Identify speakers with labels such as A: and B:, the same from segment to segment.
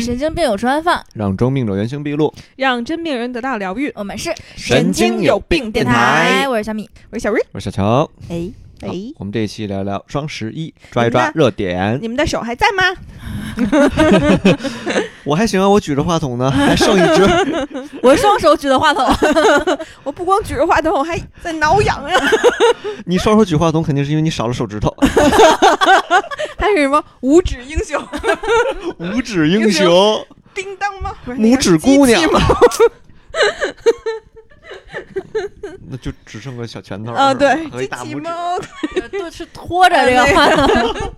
A: 神经病有吃完饭，
B: 让真病者原形毕露。
C: 让真病人得到疗愈。
A: 我们是
B: 神经有病
A: 电
B: 电台
A: 我是小米。
C: 我是小瑞，
B: 我是小强，
C: 哎哎
B: 好，我们这一期聊聊双十一，抓一抓热点。
C: 你们的手还在吗？
B: 我还行啊，我举着话筒呢，还剩一只。
A: 我是双手举的话 筒，
C: 我不光举着话筒，我还在挠痒 痒。
B: 你双手举话筒，肯定是因为你少了手指头。
C: 还是什么五指英 雄？
B: 五指英雄，
C: 叮当吗？不 是
B: 拇指姑娘
C: 那个机器吗？
B: 那就只剩个小拳头
C: 啊，对
B: 是吧，和一
C: 机
B: 大拇
C: 器
B: 指。
C: 猫
A: 就是拖着这个话筒。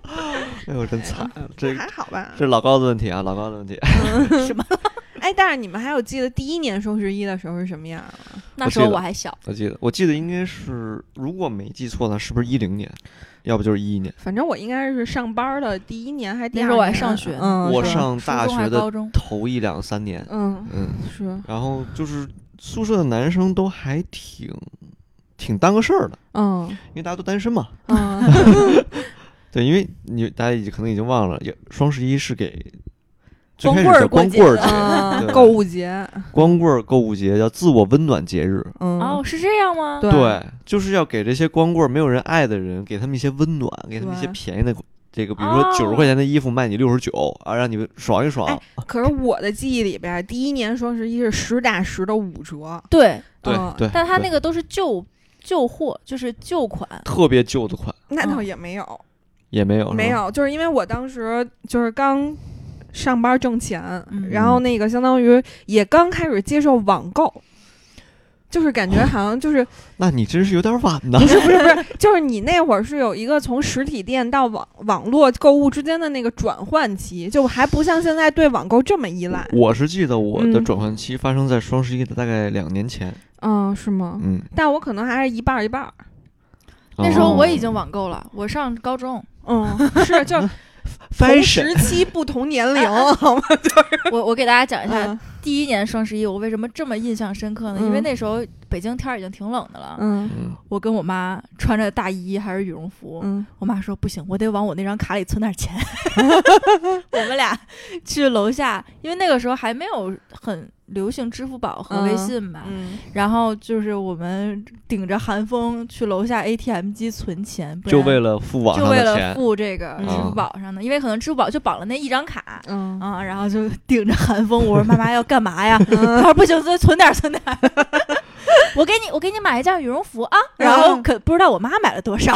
B: 哎呦，真惨！这
C: 还好吧？
B: 这老高的问题啊，老高的问题。
A: 什么？
C: 哎，但是你们还有记得第一年双十一的时候是什么样啊？
A: 那时候我还小，
B: 我记得，我记得应该是，如果没记错的话，是不是一零年？要不就是一一年。
C: 反正我应该是上班的第一年还是第
A: 那
C: 二
A: 时
C: 年，啊
A: 候我还上学呢
C: 嗯，
B: 我
C: 是
B: 上大
A: 初中还
B: 学
A: 是
B: 的
A: 高中，
B: 头一两三年，
C: 嗯
B: 嗯，
C: 是
B: 然后就是宿舍的男生都还挺挺当个事儿的，
C: 嗯
B: 因为大家都单身嘛。
C: 嗯，
B: 对，因为你大家已经可能已经忘了，也双十一是给最
A: 光
B: 开
A: 棍儿
B: 始
A: 过
B: 叫光
A: 节
B: 棍儿
A: 的
B: 节，
C: 嗯
B: 对
C: 购物节，
B: 光棍儿购物节叫自我温暖节日。
C: 嗯，
A: 哦，是这样吗？
C: 对
B: 对，就是要给这些光棍儿没有人爱的人，给他们一些温暖，给他们一些
C: 对
B: 便宜的。这个比如说
A: 哦
B: 九十块钱的衣服卖你六十九啊，让你们爽一爽。
C: 哎可是我的记忆里边儿，第一年双十一是实打实的五折，
A: 对，
B: 对
C: 嗯
B: 对，
A: 但他
B: 对
A: 那个都是旧旧货，就是旧款。
B: 特别旧的款
C: 那倒
A: 嗯
C: 也没有，
B: 也没有，是
C: 没
B: 吧，
C: 有，就是因为我当时就是刚上班挣钱，
A: 嗯
C: 然后那个相当于也刚开始接受网购。就是感觉好像就是
B: 那你真是有点晚呢
C: 不。是不是不是，就是你那会儿是有一个从实体店到网网络购物之间的那个转换期，就还不像现在对网购这么依赖。
B: 我是记得我的
C: 嗯
B: 转换期发生在双十一的大概两年前，
C: 嗯，是吗？
B: 嗯，
C: 但我可能还是一半儿一半儿。
A: 那时候
B: 哦
A: 我已经网购了，我上高中，
C: 嗯，是就是同
B: fashion
C: 时期不同年龄， 好吗？
A: 我我给大家讲一下
C: 嗯
A: 第一年双十一我为什么这么印象深刻呢？
C: 嗯
A: 因为那时候北京天儿已经挺冷的了，
C: 嗯
B: 嗯，
A: 我跟我妈穿着大衣还是羽绒服，
C: 嗯
A: 我妈说不行，我得往我那张卡里存点 钱。我们俩去楼下，因为那个时候还没有很流行支付宝和微信吧，
C: 嗯，
A: 然后就是我们顶着寒风去楼下 ATM 机存钱，
C: 啊
A: 不然
B: 就为了付网
A: 就
B: 上
A: 为
B: 的
A: 了
B: 钱，
A: 付这个
C: 嗯
A: 支付宝上的，因为可能支付宝就绑了那一张卡。
C: 嗯，
A: 啊，然后就顶着寒风，我说妈妈要干嘛呀？她说不行，存存点儿存点儿，嗯 我给你我给你买一件羽绒服啊。然后可不知道我妈买了多 少，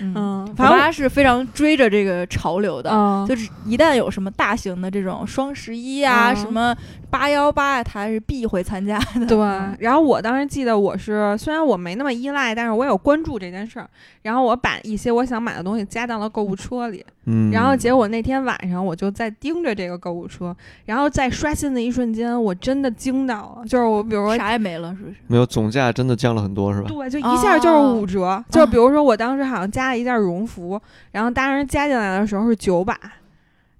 A: 嗯，
C: 嗯，
A: 我
C: 反正
A: 妈是非常追着这个潮流的，
C: 嗯
A: 就是一旦有什么大型的这种双十一啊、
C: 嗯
A: 什么八幺八啊，她是必会参加 的。
C: 对
A: 嗯，
C: 然后我当时记得我是，虽然我没那么依赖，但是我有关注这件事儿。然后我把一些我想买的东西加到了购物车里，
B: 嗯，
C: 然后结果那天晚上我就在盯着这个购物车，然后在刷新的一瞬间，我真的惊到了，就是我比如说。
A: 啥也没了，是不是？
B: 没有总价真的降了很哦啊多是吧？
C: 对，就一下就是五折。就是比如说，我当时好像加了一件羽绒服，然后当时加进来的时候是九百，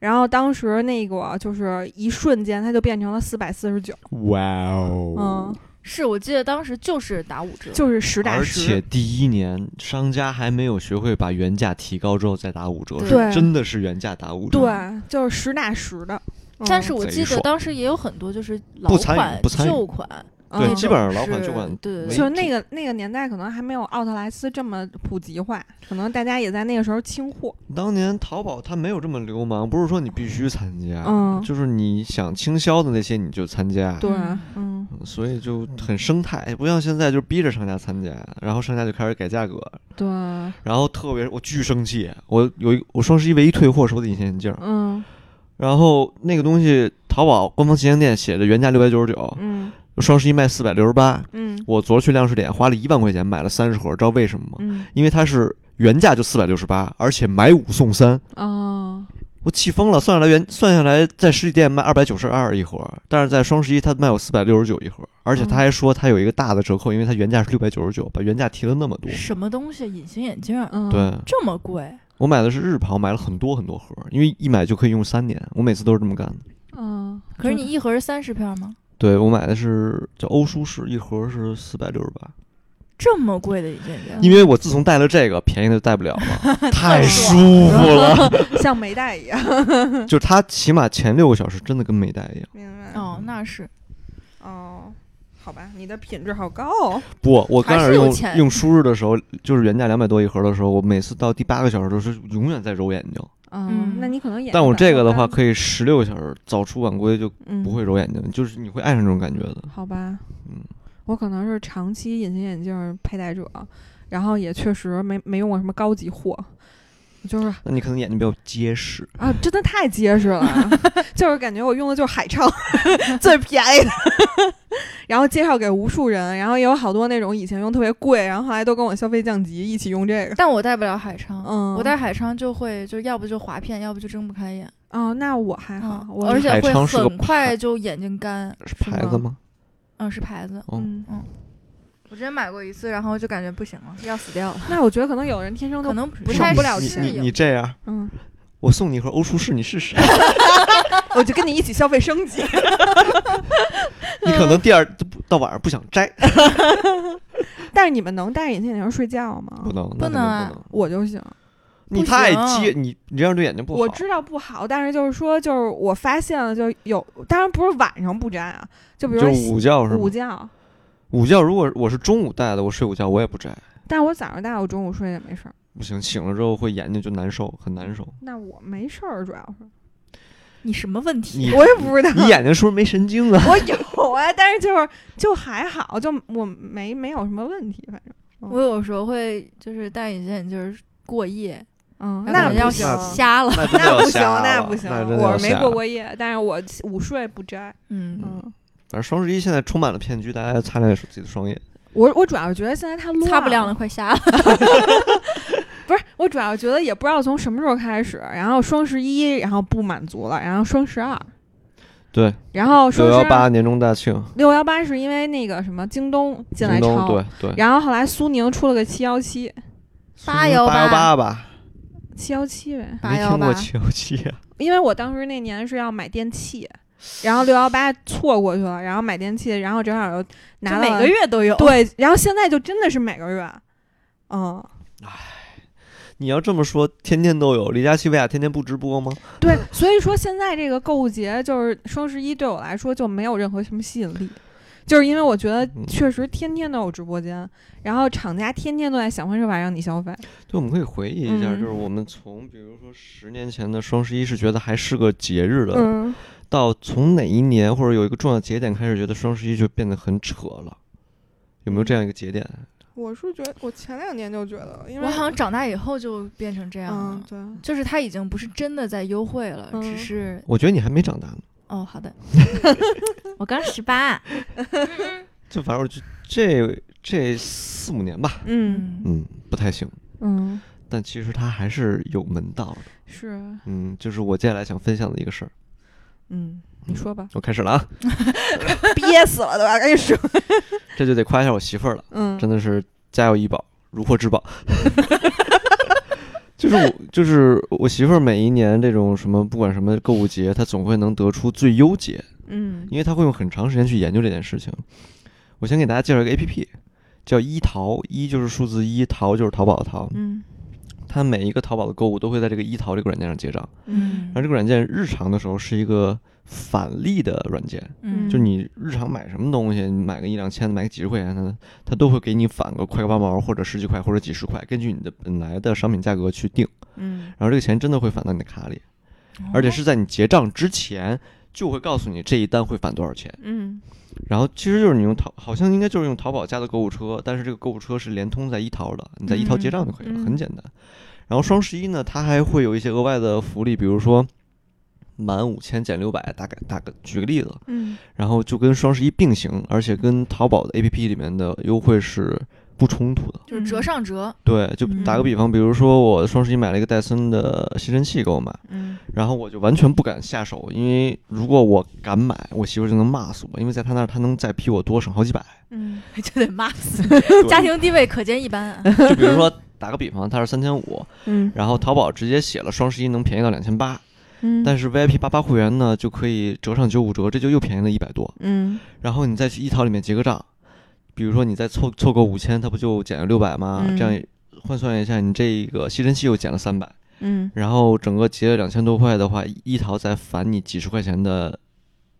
C: 然后当时那个就是一瞬间，它就变成了四百四十九。
B: 哇哦，
C: 嗯，
A: 是我记得当时就是打五折，
C: 就是实打
B: 而
C: 实。
B: 且第一年商家还没有学会把原价提高之后再打五折，
A: 对
B: 是真的是原价打五折，
C: 对，就是实打实的。嗯
A: 但是我
B: 贼
A: 记得
B: 爽
A: 当时也有很多就是老
B: 不参与
A: 款
B: 不、参与
A: 旧款，
C: 嗯
B: 对
A: 那
B: 基
A: 种
B: 本上老款
A: 是
B: 旧款
A: 对对
B: 没
A: 对，
C: 就是那个那个年代，可能还没有奥特莱斯这么普及化，可能大家也在那个时候清货。
B: 当年淘宝它没有这么流氓，不是说你必须参加，
C: 嗯，
B: 啊就是你想倾销的那些你就参加，
C: 对，嗯，
B: 所以就很生态，哎不像现在就逼着商家参加，然后商家就开始改价格，
C: 嗯对，
B: 然后特别我巨生气，我有一我双十一唯一退货是我的隐形眼镜，
C: 嗯
B: 然后那个东西淘宝官方旗舰店写着原价六百九十九，
C: 嗯
B: 双十一卖四百六十八，
C: 嗯
B: 我昨儿去亮士点花了一万块钱买了三十盒，知道为什么吗？
C: 嗯
B: 因为它是原价就四百六十八，而且买五送三，
C: 哦，
B: 我气疯了，算下来原算下来在实体店卖二百九十二一盒，但是在双十一它卖我四百六十九一盒，而且他还说他有一个大的折扣，因为它原价是六百九十九，把原价提了那么多。
A: 什么东西，隐形眼镜儿
C: 嗯，
B: 对
A: 这么贵，
B: 我买的是日抛，买了很多很多盒，因为一买就可以用三年，我每次都是这么干的。
C: 嗯，
A: 可是你一盒是三十片吗？
B: 对我买的是叫欧舒适，一盒是四百六十八，
A: 这么贵的一件衣服，
B: 因为我自从戴了这个，便宜的戴不了了，太舒服了。
C: 像没带一样。
B: 就是它起码前六个小时真的跟没戴一样。
C: 明白。
A: 哦，那是
C: 哦，好吧，你的品质好高哦。
B: 不，我刚开
A: 还
B: 始
A: 是有
B: 用
A: 钱
B: 用舒适的时候，就是原价两百多一盒的时候，我每次到第八个小时都是永远在揉眼睛。
A: 嗯
C: 那你可能也。
B: 但我这个的话，，可以十六个小时，早出晚归就
C: 嗯，
B: 不会揉眼睛，就是你会爱上这种感觉的。
C: 好吧，
B: 嗯，
C: 我可能是长期隐形眼镜佩戴者，然后也确实没没用过什么高级货，就是
B: 那你可能眼睛比较结实，
C: 啊，真的太结 实了，就是感觉我用的就是海昌 最便宜的， 然后介绍给无数人，然后也有好多那种以前用特别贵，然后后来都跟我消费降级一起用这个。
A: 但我戴不了海昌，
C: 嗯
A: 我戴海昌就会就要不就划片，要不就睁不开眼，
C: 哦，那我还好，
A: 嗯，
C: 我
A: 而且
B: 海
A: 会
B: 昌是个
A: 很快就眼睛干，
B: 是牌子吗？
A: 嗯，是牌子。
B: 哦
C: 嗯，
A: 我之前买过一次，然后就感觉不行了，要死掉了，
C: 那我觉得可能有人天生
A: 可
C: 都
A: 能
C: 不
A: 不
C: 是
A: 太
C: 受不了
B: 你
A: 适
C: 钱
B: 你
A: 应。
B: 你这样，
C: 嗯，
B: 我送你一盒欧舒适，你试试。
C: 我就跟你一起消费升级。
B: 你可能第二到晚上不想摘，
C: 但是你们能戴着隐形眼镜睡觉吗？
B: 不能，
A: 不
B: 那肯定
A: 能啊
B: 不能。
C: 我就行。
B: 你
A: 不
B: 太
A: 行
B: 结，你你这样对眼睛不好。
C: 我知道不好，但是就是说，就是我发现了，就有，当然不是晚上不摘啊，就比如
B: 就
C: 说
B: 是午觉是
C: 午
B: 吗？
C: 觉，
B: 午觉如果我是中午戴的，我睡午觉我也不摘，
C: 但是我早上戴，我中午睡也没事儿。
B: 不行，醒了之后会眼睛就难受，很难受。
C: 那我没事儿，主要是
A: 你什么问
B: 你
A: 题？
C: 我也不知道，
B: 你眼睛是不是没神经啊？
C: 我有啊，但是就是就还好，就我没没有什么问题，反正
A: 我有时候会就是戴隐形眼镜儿过夜，
C: 嗯，
A: 然后
C: 那
A: 可能
C: 不
A: 要
B: 行啊
A: 是瞎了，
B: 那真的
C: 那
B: 要
C: 不行，
B: 瞎
C: 那
B: 了
C: 不行，
B: 那真的
C: 我
B: 要
C: 没
B: 瞎
C: 过
B: 了
C: 过夜，但是我午睡不摘，
A: 嗯，
C: 嗯，
B: 反正双十一现在充满了骗局，大家要擦亮自己的双眼。
C: 我我主要是觉得现在太乱，
A: 嗯擦不亮了，快瞎了。
C: 不是，我主要觉得也不知道从什么时候开始，然后双十一，然后不满足了，然后双十二，
B: 对，
C: 然后双
B: 六幺
C: 十二
B: 八年终大庆，
C: 六幺八是因为那个什么京东进来
B: 京东
C: 抄，
B: 对对，
C: 然后后来苏宁出了个七幺七，
A: 八
B: 幺
A: 幺
B: 八
A: 八
B: 八吧，
C: 七幺七呗，
B: 没
A: 八幺
B: 听过
A: 八，
B: 七幺七啊，
C: 因为我当时那年是要买电器，然后六幺八错过去了，然后买电器，然后正好又拿
A: 就
C: 到
A: 每
C: 了
A: 个月都有。
C: 对，然后现在就真的是每个月，嗯，
B: 你要这么说，天天都有。李佳琦为啥天天不直播吗？
C: 对， 所以说现在这个购物节就是双十一，对我来说就没有任何什么吸引力，就是因为我觉得
B: 嗯
C: 确实天天都有直播间，然后厂家天天都在想方设法让你消费。
B: 对，我们可以回忆一下，
C: 嗯
B: 就是我们从比如说十年前的双十一是觉得还是个节日的，
C: 嗯，
B: 到从哪一年或者有一个重要节点开始，觉得双十一就变得很扯了，有没有这样一个节点？
C: 我是觉得我前两年就觉得，因嗯
A: 我好像长大以后就变成这样了，
C: 对，
A: 就是它已经不是真的在优惠了，
C: 嗯
A: 只是
B: 我觉得你还没长大呢，
A: 哦，好的，我刚十八，
B: 就反正我就这这四五年吧，
C: 嗯
A: 嗯，
B: 嗯，不太行。
C: 嗯
B: 但其实它还是有门道的，
C: 是
B: 嗯，就是我接下来想分享的一个事儿，
C: 嗯，你说吧，
B: 我开始了啊，
C: 憋死
B: 嗯
C: 了都要跟你说，
B: 这就得夸一下我媳妇儿了，
C: 嗯
B: 哎真的是家有一宝，如获至宝。 就是我，就是我媳妇儿每一年这种什么，不管什么购物节，她总会能得出最优解，
C: 嗯
B: 因为他会用很长时间去研究这件事情。我先给大家介绍一个 A P P，叫一淘，一就是数字一，淘就是淘宝的淘。
C: 嗯
B: 它每一个淘宝的购物都会在这个一淘这个软件上结账，
A: 嗯
B: 然后这个软件日常的时候是一个返利的软件，
A: 嗯，
B: 就你日常买什么东西，你买个一两千，买个几十块钱的，它都会给你返个块个八毛或者十几块或者几十块，根据你的本来的商品价格去定，
C: 嗯
B: 然后这个钱真的会返到你的卡里，
A: 哦
B: 而且是在你结账之前就会告诉你这一单会返多少钱。
C: 嗯
B: 然后其实就是你用淘，好像应该就是用淘宝加的购物车，但是这个购物车是联通在一淘的，你在一淘结账就可以了，
C: 嗯嗯
B: 很简单。然后双十一呢，它还会有一些额外的福利，比如说满五千减六百，大概大概举个例子，
C: 嗯
B: 然后就跟双十一并行，而且跟淘宝的 APP 里面的优惠是不冲突的。
A: 就是折上折，
B: 对，就打个比方，比如说我双十一买了一个戴森的吸尘器给我买，
C: 嗯
B: 然后我就完全不敢下手，因为如果我敢买，我媳妇儿就能骂死我，因为在她那儿她能再比我多省好几百。
C: 嗯
A: 就得骂死。
B: 对
A: 家庭地位可见一斑啊。
B: 就比如说打个比方，它是三千五，
C: 嗯
B: 然后淘宝直接写了双十一能便宜到两千八，
C: 嗯，
B: 但
C: 是
B: 是 VIP 八八会员呢就可以折上九五折，这就又便宜了一百多。
C: 嗯
B: 然后你再去一淘里面结个账，比如说你再凑凑够五千，它不就减了六百吗？
C: 嗯
B: 这样换算一下，你这个吸尘器又减了三百，
C: 嗯
B: 然后整个结了两千多块的话，一淘再返你几十块钱的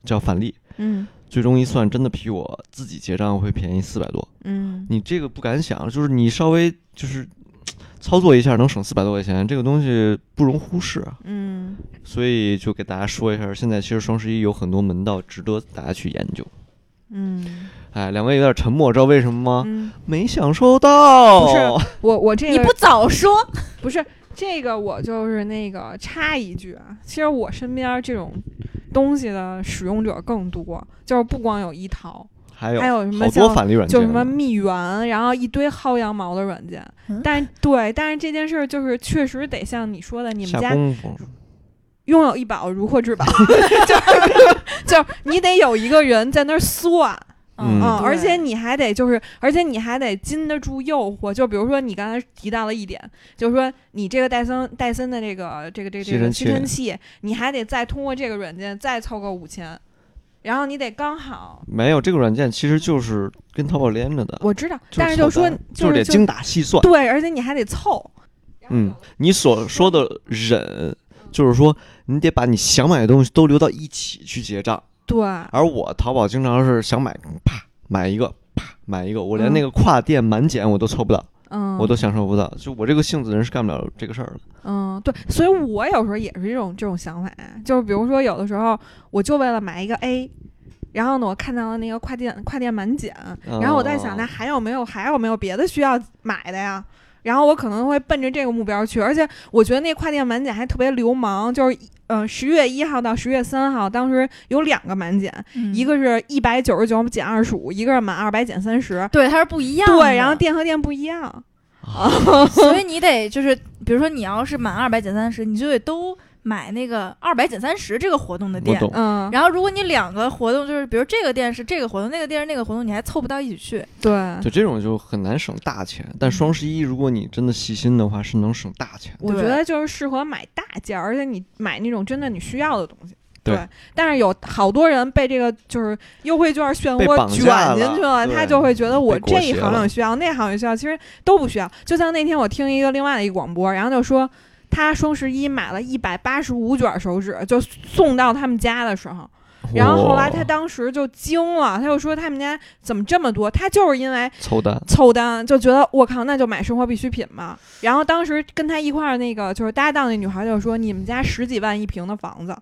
B: 叫返利，
C: 嗯
B: 最终一算，真的比我自己结账会便宜四百多。
C: 嗯
B: 你这个不敢想，就是你稍微就是嘖操作一下能省四百多块钱，这个东西不容忽视啊。
C: 嗯，
B: 所以就给大家说一下，现在其实双十一有很多门道值得大家去研究。
C: 嗯
B: 哎，两位有点沉默，知道为什么吗？
C: 嗯，
B: 没享受到。
C: 不我我这
A: 你
C: 个
A: 不早说，
C: 不是这个，我就是那个插一句啊，其实我身边这种东西的使用者更多，就是不光有一淘，
B: 还有
C: 还有什么
B: 哎好
C: 像
B: 多返利软件
C: 就
B: 呢，
C: 什么蜜源，然后一堆薅羊毛的软件。
A: 嗯
C: 但对，但是这件事儿就是确实得像你说的，你们
B: 下
C: 家
B: 功夫。
C: 拥有一宝如获至宝， 就是 就是你得有一个人在那儿算。
B: 嗯
C: 嗯，
A: 对
C: 而且你还得就是，而且你还得经得住诱惑。就比如说你刚才提到了一点，就是说你这个戴森戴森的这个这个这个这个
B: 吸
C: 吸
B: 尘
C: 尘器，你还得再通过这个软件再凑够五千，然后你得刚好。
B: 没有这个软件，其实就是跟淘宝连着的。
C: 我知道，
B: 就
C: 但是就
B: 凑
C: 说
B: 单
C: 就是
B: 得
C: 是
B: 精打细算。
C: 对，而且你还得凑。
B: 嗯，你所说的忍，就是说你得把你想买的东西都留到一起去结账。
C: 对，
B: 而我淘宝经常是想买，啪买一个，啪买一个，我连那个跨店满减我都凑不到，
C: 嗯，
B: 我都享受不到。就我这个性子的人是干不了这个事儿的。
C: 嗯，对，所以我有时候也是这种这种想法，就是比如说有的时候我就为了买一个 A，然后呢我看到了那个跨店跨店满减，嗯然后我在想那
B: 哦
C: 还有没有还有没有别的需要买的呀？然后我可能会奔着这个目标去，而且我觉得那跨店满减还特别流氓，就是嗯十月一号到十月三号，当时有两个满减，
A: 嗯
C: 一个是一百九十九减二十五，一个是满二百减三十。
A: 对它是不一样的，
C: 对，然后店和店不一样，
A: 所以你 得就是，比如说你要是满二百减三十，你就得都买那个二百减三十这个活动的
B: 我
A: 店。
B: 懂。
C: 嗯，
A: 然后如果你两个活动就是，比如这个店是这个活动，那个店是那个活动，你还凑不到一起去。
C: 对，
B: 嗯就这种就很难省大钱，但双十一如果你真的细心的话，是能省大钱的。
C: 我觉
A: 对
C: 得就是适合买大件儿，而且你买那种真的你需要的东西。
B: 对
C: 但是有好多人被这个就是优惠券漩
B: 被
C: 涡
B: 绑
C: 卷
B: 架
C: 进
B: 了
C: 去了，他
B: 对
C: 就会觉得我
B: 被裹
C: 这一
B: 挟
C: 行
B: 了
C: 也需要，那行也需要，其实都不需要。就像那天我听一个另外的一个广播，然后就说他双十一买了一百八十五卷手纸，就送到他们家的时候，然后后来他
B: 哇
C: 当时就惊了，他就说他们家怎么这么多？他就是因为
B: 凑单，
C: 凑单，就觉得我靠，那就买生活必需品嘛。然后当时跟他一块儿那个就是搭档那女孩就说：“你们家十几万一平的房子，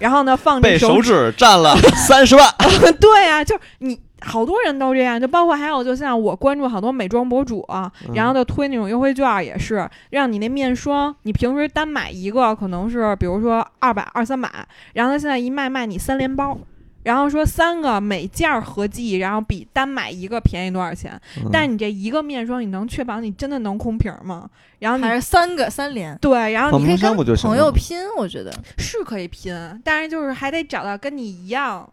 C: 然后呢放
B: 被
C: 这
B: 手
C: 指，
B: 指占了三十万。
C: 对啊，就是你好多人都这样，就包括还有就像我关注好多美妆博主啊、然后
B: 嗯
C: 就推那种优惠券儿，也是让你那面霜，你平时单买一个可能是比如说二百二三百，然后他现在一卖卖你三连包。”然后说三个每件儿合计，然后比单买一个便宜多少钱？
B: 嗯
C: 但你这一个面霜，你能确保你真的能空瓶儿吗？然后
A: 还是
C: 你
A: 三个三连，
C: 对，然后
B: 放
C: 你
A: 可以
B: 冰箱
A: 跟
B: 不就行
A: 朋
B: 了
A: 友
B: 吗
A: 拼，我觉得
C: 是可以拼，但是就是还得找到跟你一样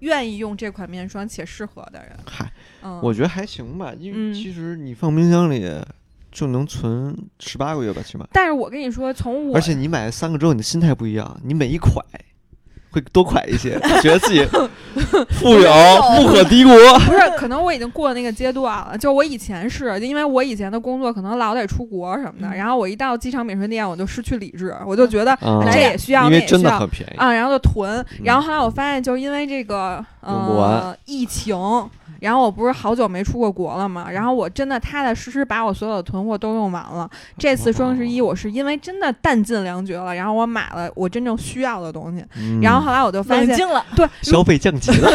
C: 愿意用这款面霜且适合的人。
B: 嗨，
C: 嗯，
B: 我觉得还行吧，因
C: 嗯
B: 为其实你放冰箱里就能存十八个月吧，起码。
C: 但是我跟你说，从我
B: 而且你买三个之后，你的心态不一样，你每一款会多款一 些，觉得自己富有
A: 有
B: 不可低估。
C: 不是，可能我已经过了那个阶段了。就我以前是，因为我以前的工作可能老得出国什么的，
A: 嗯
C: 然后我一到机场免税店，我就失去理智，我就觉得、
B: 嗯
C: 这也需要，
B: 因
C: 那
B: 为
C: 也需
B: 真的
C: 要
B: 很便宜，
C: 啊，然后就囤。然后后来我发现，就是因为这个
B: 嗯用不完
C: 呃疫情，然后我不是好久没出过国了嘛，然后我真的踏踏实实把我所有的囤货都用完
B: 嗯
C: 了。这次双十
B: 哦
C: 一，我是因为真的弹尽粮绝了，然后我买了我真正需要的东西。
B: 嗯
C: 然后后来我就发
A: 冷
C: 现，
A: 静了。
C: 对，
B: 消费降级 了，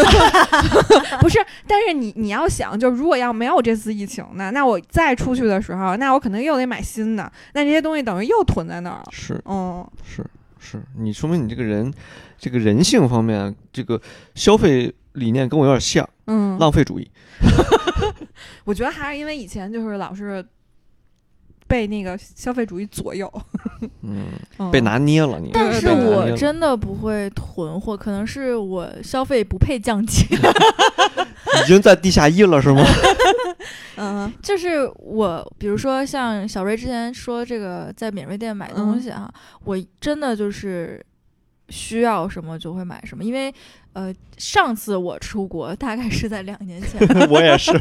C: 不是，但是你你要想，就如果要没有这次疫情呢，那我再出去的时候，那我可能又得买新的，那这些东西等于又囤在那儿了。
B: 是
C: 嗯，
B: 是是，你说明你这个人，这个人性方面，这个消费理念跟我有点像，
C: 嗯，
B: 浪费主义。
C: 我觉得还是因为以前就是老是被那个消费主义左右，
B: 嗯，
C: 嗯
B: 被拿捏了你。
A: 但
C: 对
A: 是
B: 被拿捏
A: 我
B: 了
A: 真的不会囤货，可能是我消费不配降级。
B: 已经在地下一了是 吗？
C: 嗯
A: 就是我，比如说像嗯小瑞之前说这个在免税店买东西啊，我真的就是需要什么就会买什么，因为呃，上次我出国大概是在两年 前，
B: 我也是，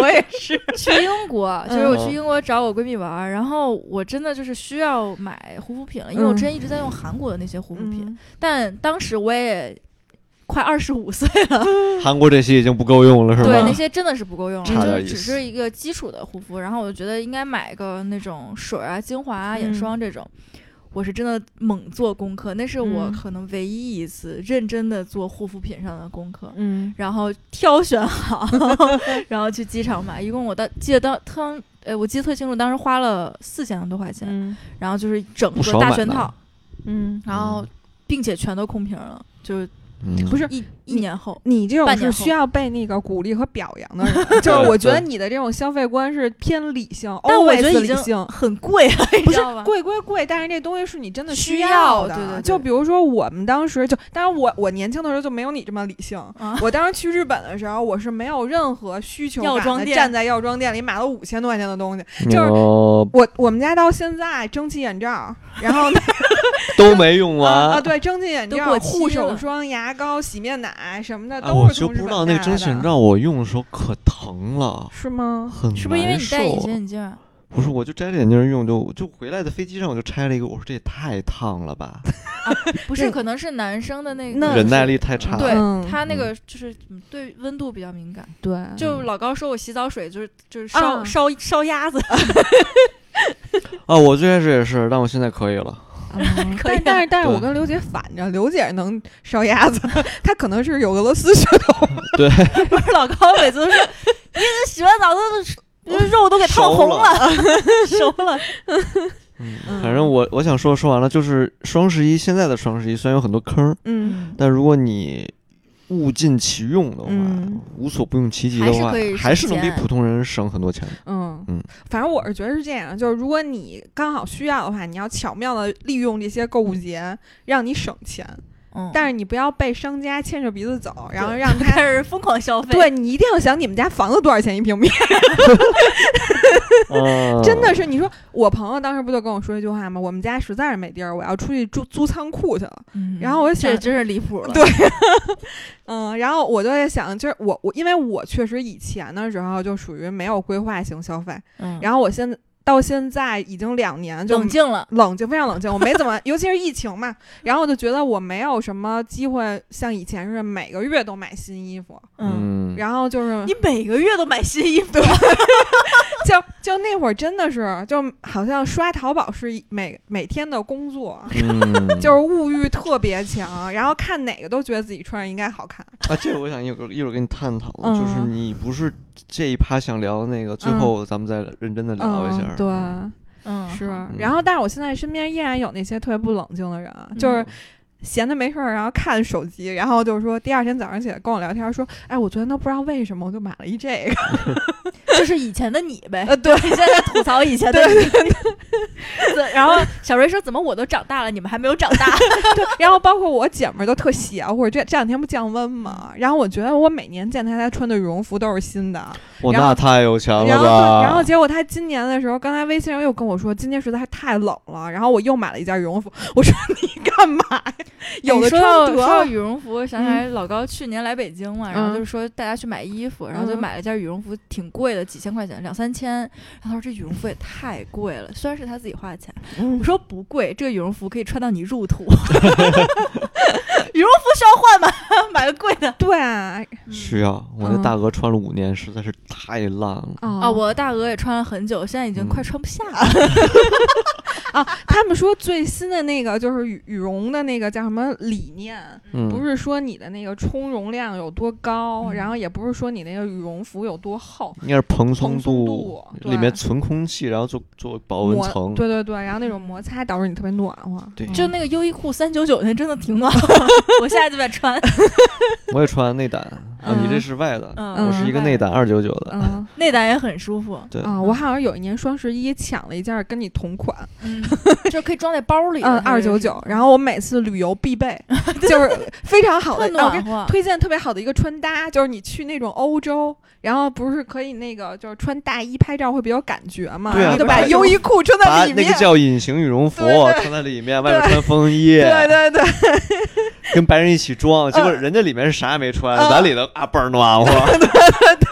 C: 我也是，
A: 去英国， 就是我去英国找我闺蜜玩儿，然后我真的就是需要买护肤品了，因为我之前一直在用韩国的那
C: 嗯
A: 些护肤品，但当时我也快二十五岁了，
B: 韩国这些已经不够用了，是
A: 对那
B: 吧？
A: 些真的是不够用了，
B: 差
A: 就
B: 点
A: 是
B: 意
A: 只
B: 思
A: 是一个基础的护肤，然后我就觉得应该买个那种水啊、精华啊、
C: 嗯
A: 眼霜这种。我是真的猛做功课，那是我
C: 嗯
A: 可能唯一一次认真的做护肤品上的功课。
C: 嗯
A: 然后挑选 好，然后去机场买。一共我当记得当当呃，我记得特清楚，当时花了四千多块钱，
C: 嗯
A: 然后就是整
B: 不
A: 个
B: 少
A: 大
B: 买
A: 全
B: 呢
A: 套，
C: 嗯，
A: 然后并且全都空瓶了，就是
B: 嗯
C: 不是
A: 一一
C: 你
A: 年后。
C: 你这种
A: 半
C: 是
A: 年后
C: 需要被那个鼓励和表扬 的人，就是我觉得你的这种消费观是偏理性，
A: 但我觉得
C: always
A: 已
C: 理
A: 经
C: 性，
A: 很贵 了，你
C: 不
A: 知
C: 是
A: 道吧？
C: 贵归贵，但是这东西是你真的
A: 需
C: 要
A: 要
C: 的。
A: 对对对
C: 就比如说我们当时就，当然我我年轻的时候就没有你这么理性。
A: 啊
C: 我当时去日本的时候，我是没有任何需求
A: 药
C: 感
A: 妆
C: 的
A: 店
C: 站在药妆店里买了五千多块钱的东西。就是
B: 哦，
C: 我我们家到现在蒸汽眼罩，然后呢
B: 都没用
C: 啊啊
B: 完。
C: 对蒸汽眼
A: 都
C: 罩、
A: 过期
C: 护手
A: 了
C: 霜、牙膏、洗面奶什么的
B: 啊，
C: 都
B: 我
C: 是
B: 就
C: 从
B: 不
C: 日
B: 知
C: 本
B: 道那
C: 带
B: 蒸
C: 来
B: 汽
C: 的
B: 眼罩我用的时候可疼了，
C: 是吗？
B: 很
A: 是不是因为
B: 难
A: 你
B: 受
A: 戴隐形眼镜啊？
B: 不是，我就摘了眼镜用，就就回来的飞机上我就拆了一个，我说这也太烫了吧，
A: 不
C: 对
A: 是，可能是男生的那个
C: 那
B: 忍耐力太差了。
A: 对
C: 嗯
A: 他那个就是嗯对温度比较敏感。
C: 对，
A: 就老高说我洗澡水就是就是烧
C: 啊
A: 烧烧鸭子，
B: 啊，我最开始也是，但我现在可以了。
C: 嗯
A: 可以啊
C: 但但是但是我
B: 对
C: 跟刘姐反着，刘姐能烧鸭子，她可能是有俄罗斯血统，
A: 不是老高每次都说，你这洗完澡都是肉都给烫红了， 熟了。
B: 嗯
C: 嗯，
B: 反正我我想说说完了，就是双十一现在的双十一虽然有很多坑儿，
C: 嗯，
B: 但如果你物尽其用的话，
C: 嗯
B: 无所不用其极的话
A: 还是可以，省
B: 还是能比
A: 钱
B: 普通人省很多钱的。
C: 嗯
B: 嗯，
C: 反正我是觉得是这样，就是如果你刚好需要的话，你要巧妙的利用这些购物节，让你省钱，
A: 嗯
C: 但是你不要被商家牵着鼻子走，然后
A: 对
C: 让他
A: 开始疯狂消费。
C: 对你一定要想你们家房子多少钱一平米，
A: 嗯
B: 啊
C: 真的是你说我朋友当时不就跟我说一句话吗？我们家实在是没地儿，我要出去租租仓库去了。
A: 嗯，
C: 然后我想
A: 这真是离谱了。
C: 对嗯，然后我就在想，就是我我因为我确实以前的时候就属于没有规划型消费，
A: 嗯，
C: 然后我现在到现在已经两年就
A: 冷静了，
C: 冷静，非常冷静。我没怎么， 尤其是疫情嘛，然后我就觉得我没有什么机会像以前似的每个月都买新衣服，
A: 嗯。
B: 嗯，
C: 然后就是
A: 你每个月都买新衣服，
C: 就就那会儿真的是，就好像刷淘宝是一每每天的工作。
B: 嗯
C: 就是物欲特别强，然后看哪个都觉得自己穿上应该好看。
B: 啊，这个我想一会儿一会儿跟你探讨，
C: 嗯
B: 就是你不是这一趴想聊的那个，最
C: 嗯
B: 后咱们再认真的聊一下。
C: 嗯，对，
A: 嗯
C: 是。然后，但是我现在身边依然有那些特别不冷静的人，啊就是闲的没事儿，然后看手机，然后就是说第二天早上起来跟我聊天说，哎，我昨天都不知道为什么我就买了一这个。
A: 就是以前的你呗。
C: 呃，对，
A: 你现在吐槽以前的你， 对然后小瑞说：“怎么我都长大了，你们还没有长 大
C: 对，然后包括我姐们儿都特邪乎，这这两天不降温嘛，然后我觉得我每年见她，她穿的羽绒服都是新的，啊
B: 我
C: 然后
B: 那太有钱了
C: 然后
B: 吧？
C: 对然后结果她今年的时候，刚才微信上又跟我说，今天实在太冷了，然后我又买了一件羽绒服，我说你干嘛呀？？”有
A: 哎你
C: 的
A: 说
C: 穿
A: 到
C: 得
A: 说 到羽绒服，想起
C: 嗯
A: 来老高去年来北京嘛，然后
C: 嗯
A: 就是说大家去买衣服，然后就
C: 嗯
A: 买了件羽绒服，挺贵的，几千块钱，两三千。然后他说这羽绒服也太贵了，虽然是他自己花的钱，我说不贵，这个羽绒服可以穿到你入土。 羽绒服需要换吗？ 买个贵的。
C: 对啊，
B: 需要我那
C: 嗯
B: 大鹅穿了五年，实在是太烂了。
C: 啊
A: 啊，我的大鹅也穿了很久，现在已经快穿不下了。
C: 他们说最新的那个就是羽羽绒的那个叫什么理念，
B: 嗯，
C: 不是说你的那个充绒量有多高，
A: 嗯
C: 然后也不是说你那个羽绒服有多厚，
B: 应该是蓬松
C: 蓬松度对
B: 里面存空气，然后做做保温
C: 摩
B: 层。
C: 对对对，然后那种摩擦导致你特别暖 和。
B: 对
A: 就那 个优衣库三九九那真的挺暖和，我现在就在穿。
B: 我也穿内胆，啊，你这是外的，
A: 嗯，
B: 我是一个内胆二九九的，
C: 嗯
A: 内胆也很舒服，
B: 对，
C: 啊，我好像有一年双十一抢了一件跟你同款，
A: 嗯，就是可以装在包里的，
C: 嗯，
A: 是
C: 二九九。然后我每次旅游必 备，就是非常好的
A: 特，
C: 啊我跟
A: 暖和，
C: 推荐特别好的一个穿搭，就是你去那种欧洲，然后不是可以那个就是穿大衣拍照会比较有感觉嘛，
B: 对啊
C: 你就
B: 把
C: 把
B: 那个
C: 优衣库穿
B: 把
C: 在里
B: 那
C: 面，
B: 个叫隐形羽绒服
C: 对对
B: 穿在里面，外面穿风衣，
C: 对对对，
B: 跟白人一起装，结果
C: 嗯
B: 人家里面是啥也没穿，咱里头啊倍儿暖和。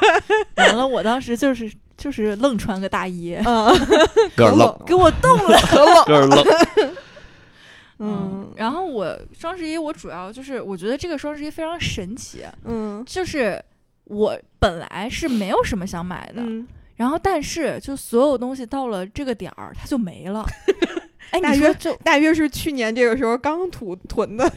A: 完了，我当时就是就是愣穿个大衣，
C: 嗯，
B: 有点冷，
A: 给我冻了。
C: 可冷，
B: 有点冷。
C: 嗯
A: 然后我双十一，我主要就是我觉得这个双十一非常神奇，
C: 嗯
A: 就是我本来是没有什么想买的，
C: 嗯，
A: 然后但是就所有东西到了这个点儿它就没 了。哎，
C: 大
A: 你
C: 约
A: 说就
C: 大约是去年这个时候刚囤囤的，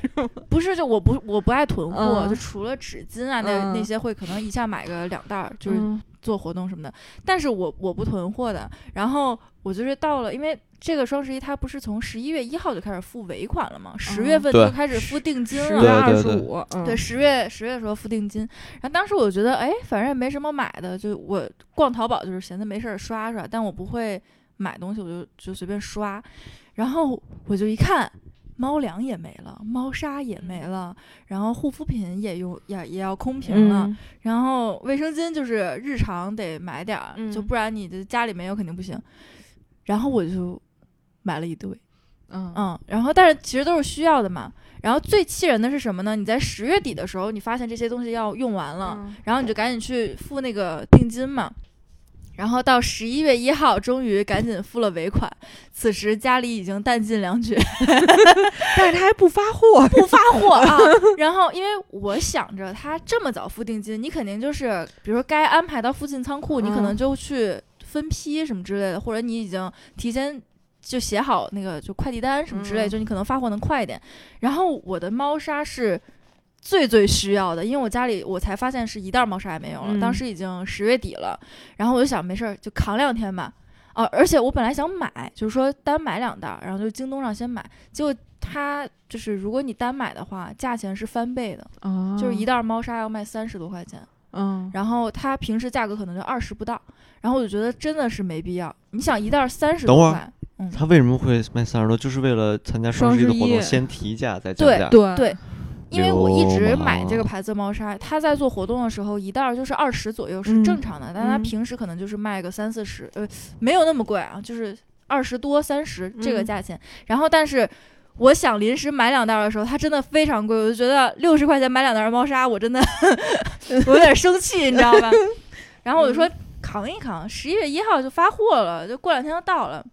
A: 不是就我不我不爱囤货，
C: 嗯
A: 就除了纸巾啊那
C: 嗯
A: 那些会可能一下买个两袋儿，就
C: 就是
A: 是做活动什么的，但是我我不囤货的。然后我就是到了，因为这个双十一它不是从十一月一号就开始付尾款了吗？十月份
B: 对
A: 就开始付定金
C: 十
A: 了。
C: 月
B: 对
C: 二
B: 对
C: 十
B: 对
C: 五，嗯
A: 对，十月十月的时候付定金，然后当时我觉得，哎，反正也没什么买的，就我逛淘宝就是闲着没事儿刷刷，但我不会买东西，我就就随便刷，然后我就一看，猫粮也没了，猫砂也没了，然后护肤品也用也也要空瓶了，
C: 嗯
A: 然后卫生巾就是日常得买点儿，就
C: 嗯
A: 不然你的家里没有肯定不行。然后我就买了一堆，
C: 嗯
A: 嗯，然后但是其实都是需要的嘛。然后最气人的是什么呢？你在十月底的时候，你发现这些东西要用完了，
C: 嗯
A: 然后你就赶紧去付那个定金嘛。然后到十一月一号，终于赶紧付了尾款。此时家里已经弹尽粮绝，
C: 但是他还不发货，
A: 不发货 啊。然后，因为我想着他这么早付定金，你肯定就是，比如说该安排到附近仓库，你可能
C: 嗯
A: 就去分批什么之类的，或者你已经提前就写好那个就快递单什么之类，
C: 嗯
A: 就你可能发货能快一点。然后我的猫砂是。最最需要的，因为我家里我才发现是一袋猫砂也没有了，
C: 嗯
A: 当时已经十月底了，然后我就想没事儿就扛两天吧，啊，而且我本来想买，就是说单买两袋儿，然后就京东上先买，结果它就是如果你单买的话，价钱是翻倍的，就是一
C: 到
A: 袋儿猫砂要卖三十多块钱，
C: 哦嗯
A: 然后它平时价格可能就二十不到，然后我就觉得真的是没必要。你想一袋三十
B: 等
A: 多
B: 会儿
A: 块，嗯，
B: 他为什么会卖三十多？就是为了参加双十一的活动，
C: 双十一
B: 先提价再降价。
C: 对
A: 对因为我一直
B: 流氓
A: 买这个牌子的猫砂，它在做活动的时候一袋儿就是二十左右是
C: 嗯
A: 正常的，但它
C: 嗯
A: 平时可能就是卖个三四十，呃，没有那么贵啊，就是二十多三十这个
C: 嗯
A: 价钱。然后但是。我想临时买两袋儿的时候，它真的非常贵，我就觉得六十块钱买两袋儿猫砂，我真的我有点生气，你知道吧？然后我就说扛一扛，十一月一号就发货了，就过两天就到了。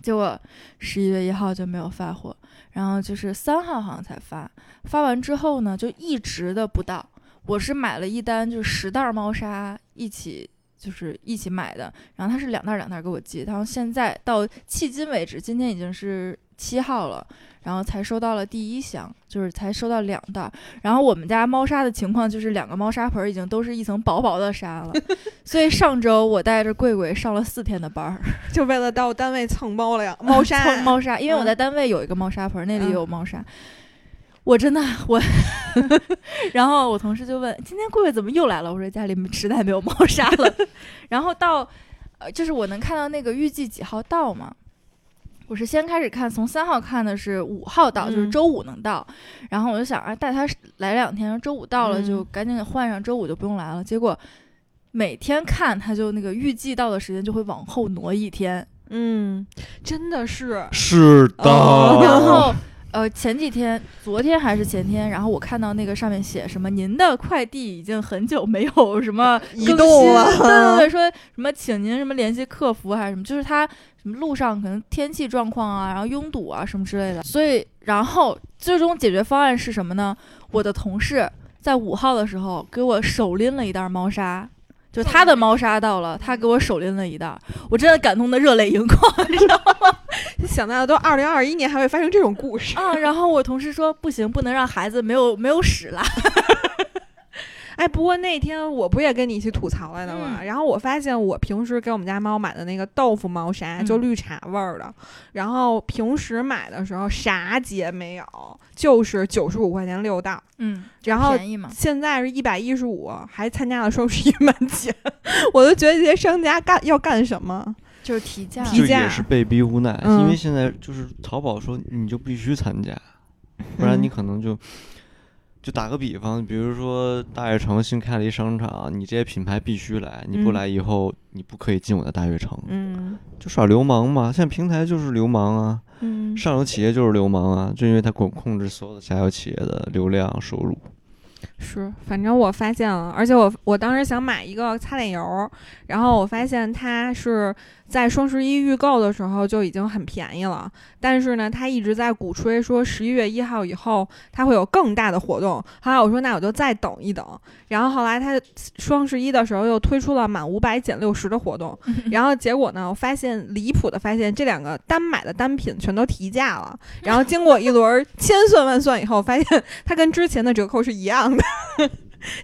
A: 结果十一月一号就没有发货，然后就是三号好像才发，发完之后呢，就一直的不到。我是买了一单，就是十袋猫砂一起，就是一起买的，然后他是两袋两袋给我寄，然后现在到迄今为止，今天已经是七号了，然后才收到了第一箱，就是才收到两袋。然后我们家猫砂的情况就是两个猫砂盆儿已经都是一层薄薄的沙了， 所以上周我带着贵贵上了四天的班儿，
C: 就为了到单位蹭猫粮、猫 砂、
A: 蹭猫砂，因为我
C: 嗯
A: 在单位有一个猫砂盆儿，那里也
C: 嗯
A: 有猫砂。我真的我， 然后我同事就问：“今天贵贵怎么又来了？”我说：“家里实在没有猫砂了。” 然后到，呃，就是我能看到那个预计几号到吗？我是先开始看，从三号看的是五号到，就是
C: 嗯
A: 周五能到。然后我就想啊，带他来两天，周五到了就
C: 嗯
A: 赶紧换上，周五就不用来了。结果每天看他就那个预计到的时间就会往后挪一天，
C: 嗯，真的是，
B: 是的。
C: 哦
A: 然后呃，前几天，昨天还是前天，然后我看到那个上面写什么，您的快递已经很久没有什么
C: 移
A: 更
C: 动
A: 新
C: 了
A: 对对对，说什么请您什么联系客服还是什么，就是他什么路上可能天气状况啊，然后拥堵啊什么之类的。所以，然后最终解决方案是什么呢？我的同事在五号的时候给我手拎了一袋猫砂。就他的猫砂到了，他给我手拎了一袋，我真的感动的热泪盈眶，你知道吗？
C: 想到都二零二一年还会发生这种故 事。
A: 啊，然后我同事说不行，不能让孩子没有没有屎拉。
C: 哎，不过那天我不也跟你一起吐槽来的嘛，
A: 嗯
C: 然后我发现我平时给我们家猫买的那个豆腐猫砂
A: 嗯
C: 就绿茶味儿的，然后平时买的时候啥节没有，就是九十五块钱六袋，
A: 嗯，
C: 然后
A: 便宜嘛，
C: 现在是一百一十五，还参加了双十一满减， 我都觉得这些商家干要干什么？
A: 就是提价
C: 提
B: 就
C: 价
B: 也是被逼无奈，
C: 嗯
B: 因为现在就是淘宝说你就必须参加，不然你
C: 嗯
B: 可能就。就打个比方，比如说大悦城新开了一商场，你这些品牌必须来，你不
C: 嗯
B: 来以后、你不可以进我的大悦城，
C: 嗯
B: 就耍流氓嘛。现在平台就是流氓啊，
C: 嗯，
B: 上游企业就是流氓啊，就因为它管控制所有的下游企业的流量收入。
C: 是，反正我发现了，而且我我当时想买一个擦脸油，然后我发现它是在双十一预购的时候就已经很便宜了，但是呢，它一直在鼓吹说十一月一号以后它会有更大的活动。后来我说那我就再等一等，然后后来它双十一的时候又推出了满五百减六十的活动，然后结果呢，我发现离谱的发现这两个单买的单品全都提价了，然后经过一轮千算万算以后，发现它跟之前的折扣是一样的，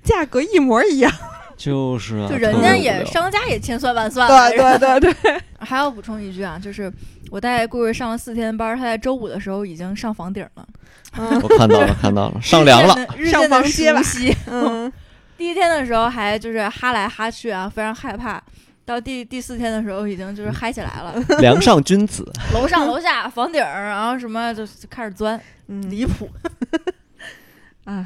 C: 价格一模一样。
B: 就是啊，
A: 就人
B: 特
A: 家
B: 别无
A: 也
B: 聊
A: 商家也千算万算了。
C: 对对对对，
A: 还要补充一句啊，就是我带顾瑞上了四天班，他在周五的时候已经上房顶了，
C: 嗯
B: 我看到了，看到了，上梁 了，，
A: 日
C: 上
A: 渐的
C: 房揭瓦
A: 熟悉。
C: 嗯
A: 第一天的时候还就是哈来哈去啊，非常害怕。到第第四天的时候，已经就是嗨起来 了，
B: 梁上君子。
A: 楼上楼下房顶儿，然后什么就就开始钻，
C: 嗯，
A: 离谱。
C: 哎，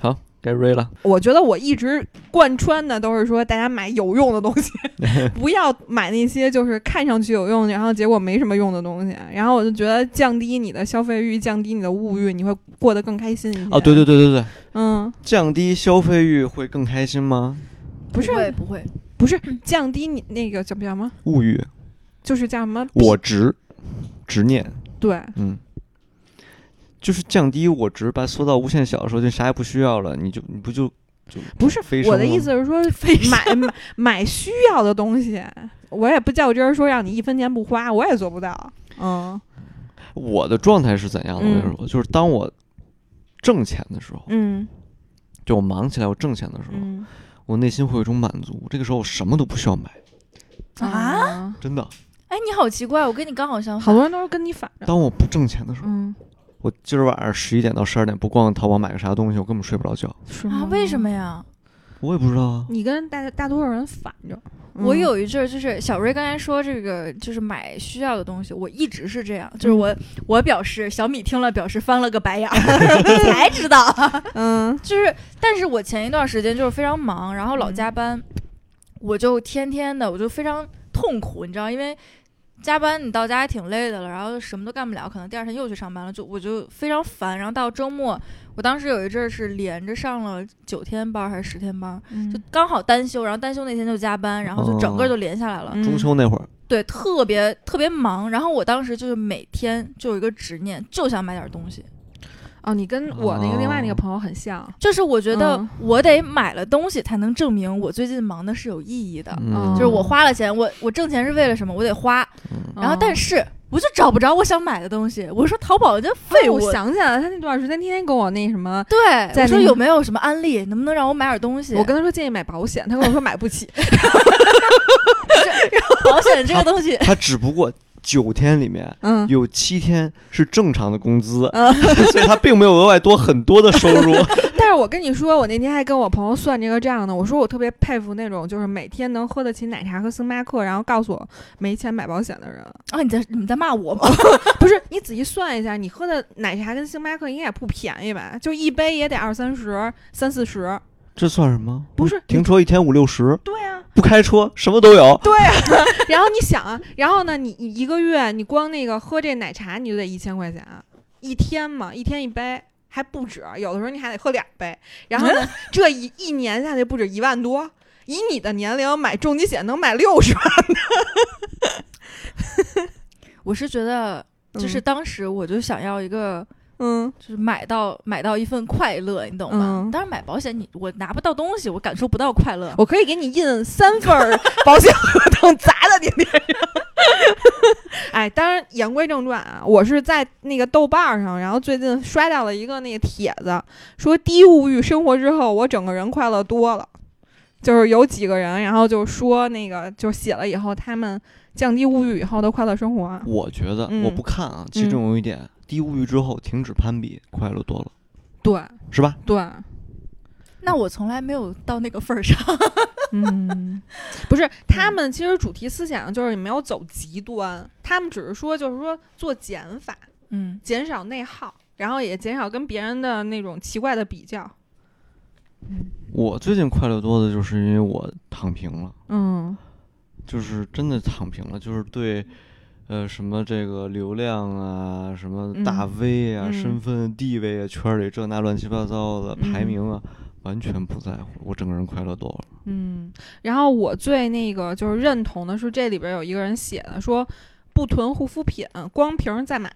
B: 好，该瑞了。
C: 我觉得我一直贯穿的都是说大家买有用的东 西，不要买那些就是看上去有用，然后结果没什么用的东西。然后我就觉得降低你的消费欲，降低你的物欲，你会过得更开心一些。
B: 哦，对对，对对对，
C: 嗯，
B: 降低消费欲会更开心吗？
C: 不是
A: 会不会，
C: 不是降低你那个叫叫什么，
B: 物欲，
C: 就是叫什么
B: 我执，执念，
C: 对，
B: 嗯，就是降低我执，把它缩到无限小的时候，就啥也不需要了，你就你不就就
C: 不是
B: 飞升
C: 我的
B: 了
C: 意
B: 吗
C: 思 是说
A: 飞升
C: 买买买需要的东西，我也不较真儿说让你一分钱不花，我也做不到。嗯
B: 我的状态是怎样的？我跟
C: 嗯
B: 你说，就是当我挣钱的时候，
C: 嗯
B: 就我忙起来，我挣钱的时候，
C: 嗯
B: 我内心会有一种满足。这个时候我什么都不需要买，
A: 啊，
B: 真的。
A: 哎，你好奇怪，我跟你刚好相反。
C: 好多人都是跟你反着。
B: 当我不挣钱的时候，
C: 嗯，
B: 我今儿晚上十一点到十二点不逛淘宝买个啥东西，我根本睡不着觉。
C: 是
A: 啊
C: 吗？？
A: 为什么呀？
B: 我也不知道啊，
C: 你跟大大多数人反着？
A: 我
C: 嗯
A: 有一阵儿就是小瑞刚才说这个就是买需要的东西，我一直是这样，就是
C: 嗯
A: 我我表示小米听了表示翻了个白眼 儿，才知道。
C: 嗯
A: 就是，但是我前一段时间就是非常忙，然后老加班，我就天天的，我就非常痛苦，你知道，因为加班你到家也挺累的了，然后什么都干不了，可能第二天又去上班了，就我就非常烦。然后到周末，我当时有一阵儿是连着上了九天班儿还是十天班儿，就刚好单休，然后单休那天就加班，然后就整个就连下来了。
C: 嗯
B: 中秋那会儿，
A: 对，特别特别忙。然后我当时就是每天就有一个执念，就想买点东西。
C: 哦，你跟我那个另外那个
B: 哦
C: 朋友很像。
A: 就是我觉得
C: 嗯
A: 我得买了东西才能证明我最近忙的是有意义的，
C: 哦
B: 嗯，
A: 就是我花了钱，我我挣钱是为了什么？我得花，
B: 嗯，
A: 然后但
C: 是
A: 是我就找不着我想买的东西，我说淘宝这废物
C: 我，想起来了，他那段时间天天跟我那什么。
A: 对，
C: 在
A: 我说
C: 那个
A: 有没有什么安利，能不能让我买点东西？
C: 我跟他说建议买保险，他跟我说买不起。
A: 保险这个东 西
B: 他只不过九天里面
C: 嗯，
B: 有七天是正常的工资，
C: 嗯
B: 所以他并没有额外多很多的收 入。
C: 但是我跟你说，我那天还跟我朋友算这个账呢。我说我特别佩服那种就是每天能喝得起奶茶和星巴克，然后告诉我没钱买保险的人。
A: 啊，你在你们在骂我吗？
C: 不是，你仔细算一下，你喝的奶茶跟星巴克应该也不便宜吧？就一杯也得二三十、三四十。
B: 这算什么？
C: 不是
B: 停车一天五六十，
C: 对啊，
B: 不开车什么都
C: 嗯
B: 有。
A: 啊
C: 然后你想啊，然后呢，你你一个月你光那个喝这奶茶你就得一千块钱啊，一天嘛，一天一杯还不止，有的时候你还得喝两杯。然后
A: 嗯
C: 呢， 这一一年下去不止一万多，以你的年龄买重疾险能买六十万，
A: 我是觉得，就是当时我就想要一个。
C: 嗯
A: 就是买到买到一份快乐，你懂吗？
C: 嗯
A: 当然买保险你我拿不到东西，我感受不到快乐。
C: 我可 以给你印三份儿保险合同砸在你脸上，哎，当然言归正传啊，我是在那个豆瓣儿上，然后最近刷到了一个那个帖子，说低物欲生活之后，我整个人快乐多了。就是有几个人，然后就说那个，就写了以后他们降低物欲以后的快乐生活。
B: 我觉得
C: 嗯
B: 我不看啊，其中有一点，低物欲之后停止攀比，快乐多了，
C: 对
B: 是吧？
C: 对，
A: 那我从来没有到那个份儿上。
C: 嗯，不是，他们其实主题思想就是也没有走极端，他们只是说就是说做减法，
A: 嗯，
C: 减少内耗，然后也减少跟别人的那种奇怪的比较。
B: 我最近快乐多的就是因为我躺平了，
C: 嗯
B: 就是真的躺平了，就是对，呃，什么这个流量啊，什么大 V 啊，
C: 嗯
B: 身份地位啊，圈里这那乱七八糟的
C: 嗯
B: 排名啊，完全不在乎，我整个人快乐多了。
C: 嗯，然后我最那个就是认同的是这里边有一个人写的说。不囤护肤品，光瓶再买，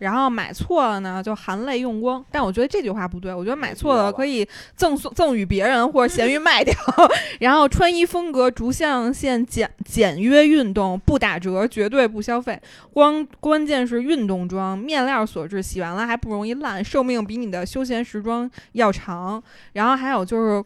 C: 然后买错了呢就含泪用光。但我觉得这句话不对，我觉得买错了可以赠送赠与别人或者闲鱼卖掉。 然后穿衣风格逐项线简简约运动，不打折，绝对不消费。光关键是运动装，面料所致，洗完了还不容易烂，寿命比你的休闲时装要长。然后还有就是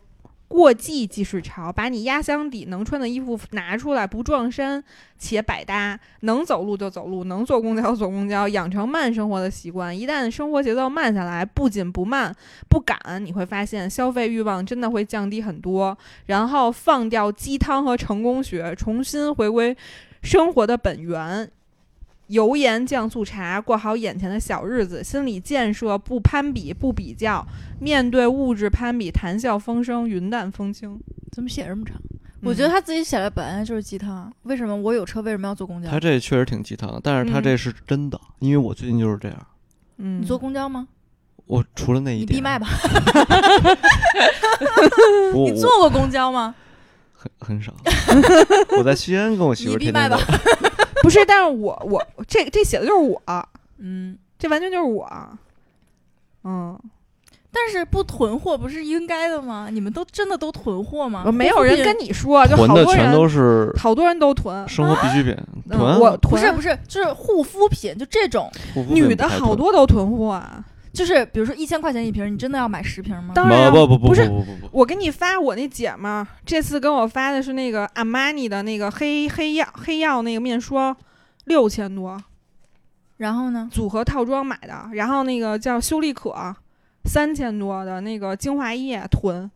C: 过季即是潮，把你压箱底能穿的衣服拿出来，不撞衫且百搭，能走路就走路，能坐公交坐公交，养成慢生活的习惯。一旦生活节奏慢下来，不紧不慢，不赶，你会发现消费欲望真的会降低很多。然后放掉鸡汤和成功学，重新回归生活的本源。油盐酱醋茶，过好眼前的小日子，心理建设，不攀比，不比较，面对物质攀比，谈笑风生，云淡风轻。
A: 怎么写这么长？我
C: 嗯
A: 觉得他自己写的本来就是鸡汤。为什么我有车，为什么要坐公交
B: 他？这确实挺鸡汤的，但是他
C: 嗯
B: 这是真的，因为我最近就是这样。
C: 嗯，
A: 你坐公交吗？
B: 我除了那一
A: 你
B: 点，
A: 闭麦吧。
B: 我
A: 你坐过公交吗？
B: 很很少。 我在西安跟我媳妇
A: 你
B: 儿
A: 闭
B: 天
A: 麦
B: 天
A: 吧
B: 聊。
C: 不是，但是我我这这写的就是我，
A: 嗯，
C: 这完全就是我。嗯，
A: 但是不囤货不是应该的吗？你们都真的都囤货吗？
C: 没有人跟你说，就
B: 囤
C: 好
B: 的
C: 多
B: 全
C: 人，
B: 都是
C: 好多人都囤。
B: 生活必需品，
C: 嗯
B: 囤啊
C: 我
A: 不
C: 囤
A: 是不是，就是护肤品，就这种，
B: 护肤品
C: 女
B: 不
C: 的
B: 太
C: 好
B: 囤
C: 多都囤货啊。
A: 就是比如说一千块钱一瓶，你真的要买十瓶吗？
C: 当然啊
B: 不不不
C: 不是
B: 不不不，
C: 我给你发我那姐们儿这次跟我发的是那个阿玛尼的那个黑黑曜黑曜那个面霜，六千多
A: 然后呢？
C: 组合套装买的，然后那个叫修丽可三千多的那个精华液囤，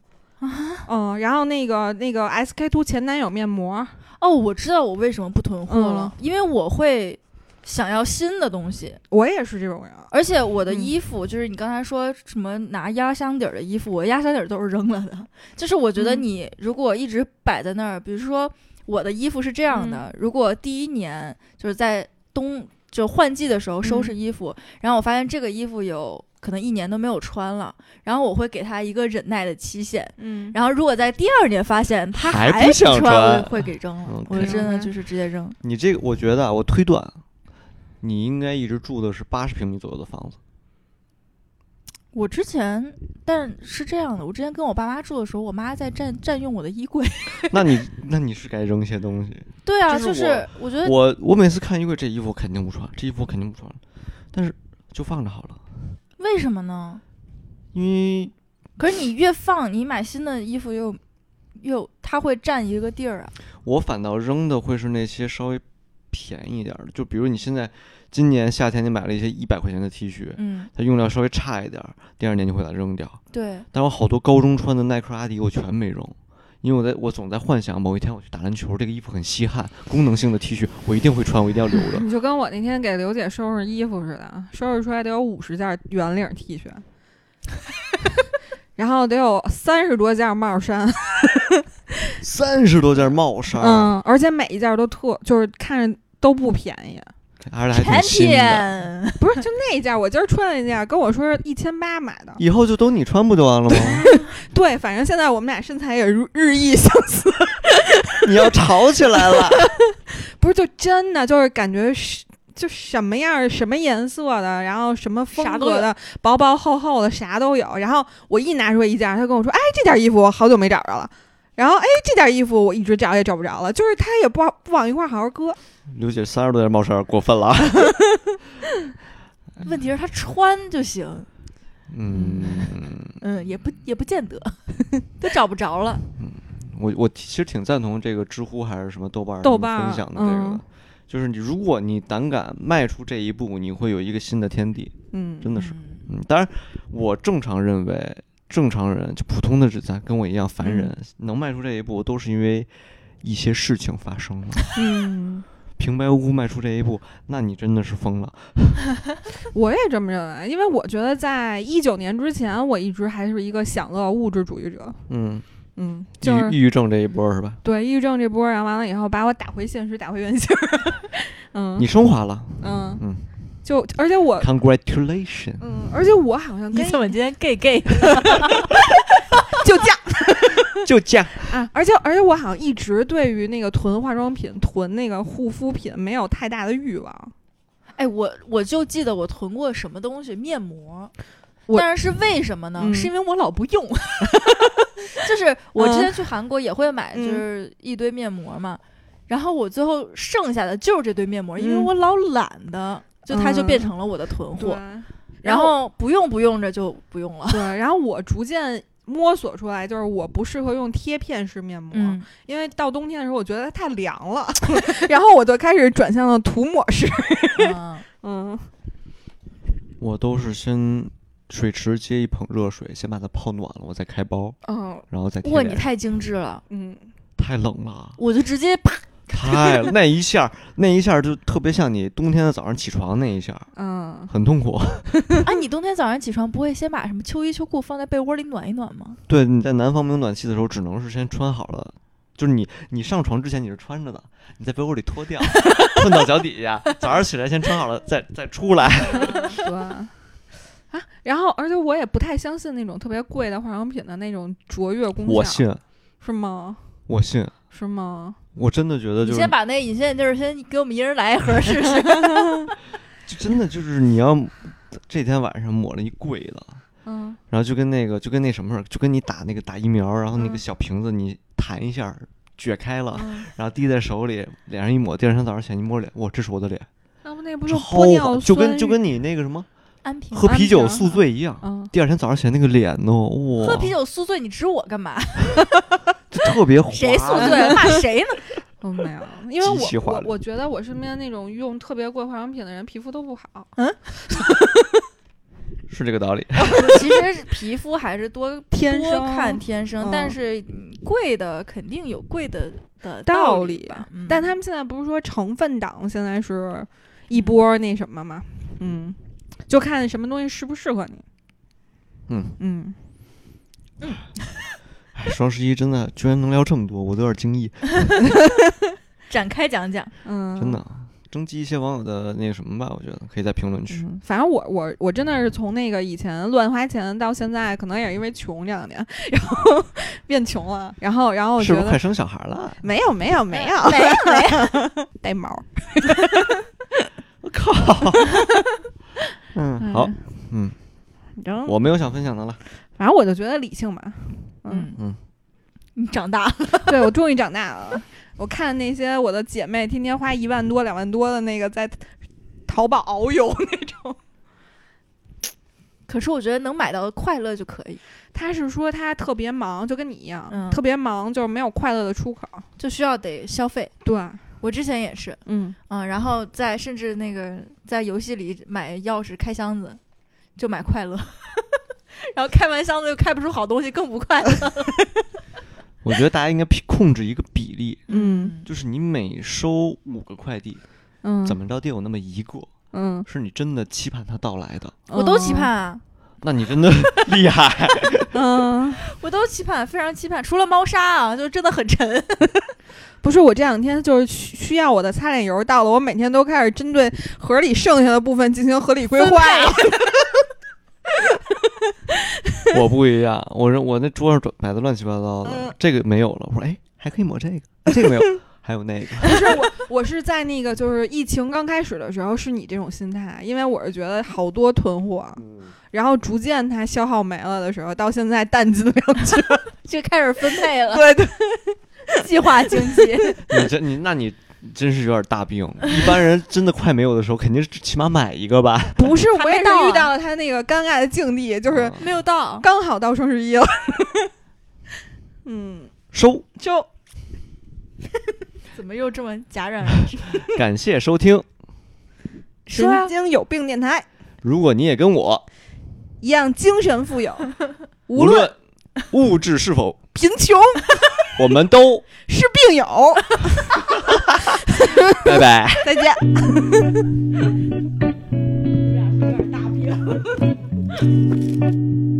C: 嗯，然后那个那个 SK two 前男友面膜，
A: 哦，我知道我为什么不囤货了，
C: 嗯
A: 因为我会想要新的东西，
C: 我也是这种人，
A: 而且我的
C: 嗯
A: 衣服、就是你刚才说什么拿压箱底儿的衣服，我压箱底儿都是扔了的。就是我觉得
C: 嗯
A: 你如果一直摆在那儿，比如说我的衣服是这样的，
C: 嗯
A: 如果第一年就是在冬就换季的时候
C: 嗯
A: 收拾衣服，然后我发现这个衣服有可能一年都没有穿了，然后我会给它一个忍耐的期限。
C: 嗯，
A: 然后，如果在第二年发现它
B: 还不
A: 不
B: 想
A: 穿，我
B: 穿
A: 就会给扔了。
B: OK
A: 我就真的就是直接扔。
B: 你这个我觉得啊，我推断，你应该一直住的是八十平米左右的房子，
A: 我之前，但是这样的，我之前跟我爸妈住的时候，我妈在占占用我的衣柜。
B: 那你那你是该扔些东西。
A: 对啊，就
B: 就是
A: 是我
C: 嗯
A: 觉得
B: 我我每次看衣柜，这衣服我肯定不穿，这衣服我肯定不穿，但是就放着好了，
A: 为什么呢？
B: 因为
A: 可是你越放，你买新的衣服又又它会占一个地儿啊。
B: 我反倒扔的会是那些稍微便宜一点儿的，就比如你现在今年夏天你买了一些一百块钱的 T 恤，
A: 嗯，
B: 它用料稍微差一点儿，第二年就会把它扔掉。
A: 对，
B: 但我好多高中穿的耐克、阿迪我全没扔，因为我在我总在幻想某一天我去打篮球，这个衣服很稀罕，功能性的 T 恤我一定会穿，我一定要留着。
C: 你就跟我那天给刘姐收拾衣服似的，收拾出来得有五十件圆领 T 恤， 然后得有三十多件帽衫。
B: 三十多件帽衫，
C: 嗯，而且每一件都特，就是看着都不便宜。
B: 而且还挺
A: 甜
B: 新的。
A: 甜，
C: 不是，就那一件，我今儿穿了一件，跟我说是一千八买的。
B: 以后就都你穿不就完了吗？
C: 对，反正现在我们俩身材也日日益相似。
B: 你要吵起来了。
C: 不是，就真的就是感觉是。就什么样儿、什么颜色的，然后什么风
A: 啥都
C: 格的，薄啊薄厚厚的，啥都有。然后我一拿出一件，他跟我说：“哎，这件衣服我好久没找着了。”然后哎，这件衣服我一直找也找不着了，就是他也不好不往一块儿好好搁。
B: 刘姐三十多件帽衫儿过分了啊！
A: 问题是他穿就行，
B: 嗯，
A: 嗯，也不也不 见得，都找不着了。
B: 我我其实挺赞同这个知乎还是什么豆瓣儿他
C: 豆
B: 们
C: 瓣儿
B: 分享的这个的
C: 嗯，
B: 就是你如果你胆敢迈出这一步，你会有一个新的天地，
C: 嗯，
B: 真的是。
A: 嗯
B: 嗯，当然，我正常认为，正常人就普通的咱跟我一样凡人，能迈出这一步，都是因为一些事情发生了。
C: 嗯，
B: 平白无故迈出这一步，那你真的是疯了。
C: 我也这么认为，因为我觉得在一九年之前，我一直还是一个享乐物质主义者。
B: 嗯，
C: 嗯，
B: 抑
C: 就是
B: 郁抑郁症这一波是吧？
C: 对抑郁症这波，然后完了以后把我打回现实，打回原形儿。 嗯，
B: 你升华了
C: 嗯
B: 嗯
C: 就而且我
B: ，congratulation！
C: 嗯，而且我好像
A: 你
C: 跟
A: 怎么今天 gay gay？
C: 就这样
B: 就这样，
C: 啊，而且而且我好像一直对于那个囤化妆品、囤那个护肤品没有太大的欲望。
A: 哎，我我就记得我囤过什么东西，面膜。
C: 我
A: 但是是为什么呢？
C: 嗯
A: 是因为我老不用， 就是我之
C: 嗯
A: 前去韩国也会买，就
C: 嗯
A: 是一堆面膜嘛，然后我最后剩下的就是这堆面膜，因为
C: 嗯
A: 我老懒得，就它就
C: 嗯
A: 变成了我的囤货，
C: 然
A: 然
C: 后
A: 后不用不用着就不用 了。
C: 对，然后我逐渐摸索出来，就是我不适合用贴片式面膜，
A: 嗯，
C: 因为到冬天的时候我觉得它太凉了， 然后我就开始转向了涂抹式。
A: 嗯
C: 嗯
B: 我都是先水池接一捧热水，先把它泡暖了，我再开包，
A: 哦
C: 嗯
B: 然后再贴
A: 哇，你
B: 脸上
A: 太精致了，
C: 嗯，
B: 太冷了，
A: 我就直接 啪，
B: 太那一下儿那一下儿就特别像你冬天的早上起床那一下儿，
C: 嗯，
B: 很痛苦。
A: 啊，你冬天早上起床不会先把什么秋衣秋裤放在被窝里暖一暖吗？
B: 对，你在南方没有暖气的时候，只能是先穿好了。就是你，你上床之前你是穿着的，你在被窝里脱掉， 困到脚底下，早上起来先穿好了，再再出来。
C: 对。啊，然后而且我也不太相信那种特别贵的化妆品的那种卓越功效，
B: 我信，
C: 是吗？
B: 我信，
C: 是吗？
B: 我真的觉得
A: 你
B: 就是
A: 先把那隐形眼镜儿先给我们一人来一盒试试。
B: 就真的就是你要这天晚上抹了一柜子，
C: 嗯，
B: 然后就跟那个就跟那什么似的，就跟你打那个打疫苗，然后那个
C: 嗯
B: 小瓶子你弹一下撅开了，
C: 嗯
B: 然后滴在手里，脸上一抹，第二天早上起来你摸脸，哇，这是我的脸，
C: 那不那不是
B: 超
C: 玻尿
B: 好，
C: 酸？
B: 就跟就跟你那个什么
A: 安瓶
B: 喝啤酒
C: 安瓶
B: 宿醉一样。
C: 嗯，
B: 第二天早上起来那个脸呢，哇，
A: 喝啤酒宿醉，你指我干嘛？
B: 就特别滑，
A: 谁宿醉？ 我骂谁呢？
C: 都没有，因为
B: 极其
C: 我
B: 滑
C: 我
B: 溜
C: 我觉得我身边那种用特别贵化妆品的人皮肤都不好。
B: 嗯是这个道理。
A: 其实皮肤还是多
C: 天
A: 多
C: 生
A: 看天生
C: 嗯，
A: 但是嗯贵的肯定有贵的的
C: 道理
A: 理吧。嗯
C: 但他们现在不是说成分党现在是一波那什么嘛？嗯，就看什么东西适不适合你。
B: 嗯，
C: 嗯，
B: 哎双十一真的居然能聊这么多，我都有点惊异，
A: 展开讲讲，
C: 嗯，
B: 真的。啊，征集一些网友的那个什么吧，我觉得可以在评论区。
C: 嗯。反正我我我真的是从那个以前乱花钱到现在，可能也是因为穷这两年，然后 变穷了，然后然后我
B: 是
C: 觉
B: 不是快
C: 得
B: 生小孩 了？
C: 没有没有没有
A: 没有没有，
C: 带毛，
B: 我 靠！嗯，好，嗯，
C: 反正
B: 我没有想分享的了。
C: 反正我就觉得理性吧。嗯，
A: 嗯
B: 嗯
A: 你长大了，
C: 对我终于长大了。我看那些我的姐妹天天花一万多、两万多的那个在淘宝遨游那种，
A: 可是我觉得能买到快乐就可以，
C: 她是说她特别忙，就跟你一样，
A: 嗯
C: 特别忙，就是没有快乐的出口。
A: 就需要得消费。
C: 对，
A: 我之前也是，
C: 嗯，
A: 嗯，然后在甚至那个在游戏里买钥匙开箱子，就买快乐， 然后开完箱子又开不出好东西，更不快乐。
B: 我觉得大家应该匹控制一个比例，
C: 嗯
B: 就是你每收五个快递，
C: 嗯，
B: 怎
C: 么，
B: 么着得有那么一个
C: 嗯，
B: 是你真的期盼它到来的，
A: 我都期盼，啊，
B: 那你真的 厉害。
C: 嗯，
A: 我都期盼，非常期盼。除了猫砂啊，就真的很沉。
C: 不是，我这两天就是需需要我的擦脸油到了，我每天都开始针对盒里剩下的部分进行合理规划。
B: 我不一样，我说我那桌上摆的乱七八糟的
C: 嗯，
B: 这个没有了。我说哎，还可以抹这个， 这个没有，还有那个。
C: 不是我，我是在那个就是疫情刚开始的时候是你这种心态，因为我是觉得好 多囤货，然后逐渐它消耗没了的时候，到现在弹尽粮绝。
A: 就开始分配了，
C: 对对，
A: 计划经济。
B: 你这你那你真是有点大病。一般人真的快没有的时候，肯定是起码买一个吧。
C: 不是，
A: 还
C: 我
A: 没
C: 也是
A: 到
C: 遇
A: 啊
C: 到了他那个尴尬的境地，就是
B: 嗯
A: 没有到，哦
C: 刚好到双十一了。嗯，
B: 收，
C: 就
A: 怎么又这么戛然而止？
B: 感谢收听。
A: 说呀
C: 神经有病电台
B: 如果你也跟我，
C: 一样精神 富有，
B: 无
C: 无论
B: 物质是否，
C: 贫穷
B: 我们都
C: 是病友。
B: 拜拜。
C: 再见。
A: 有点大病。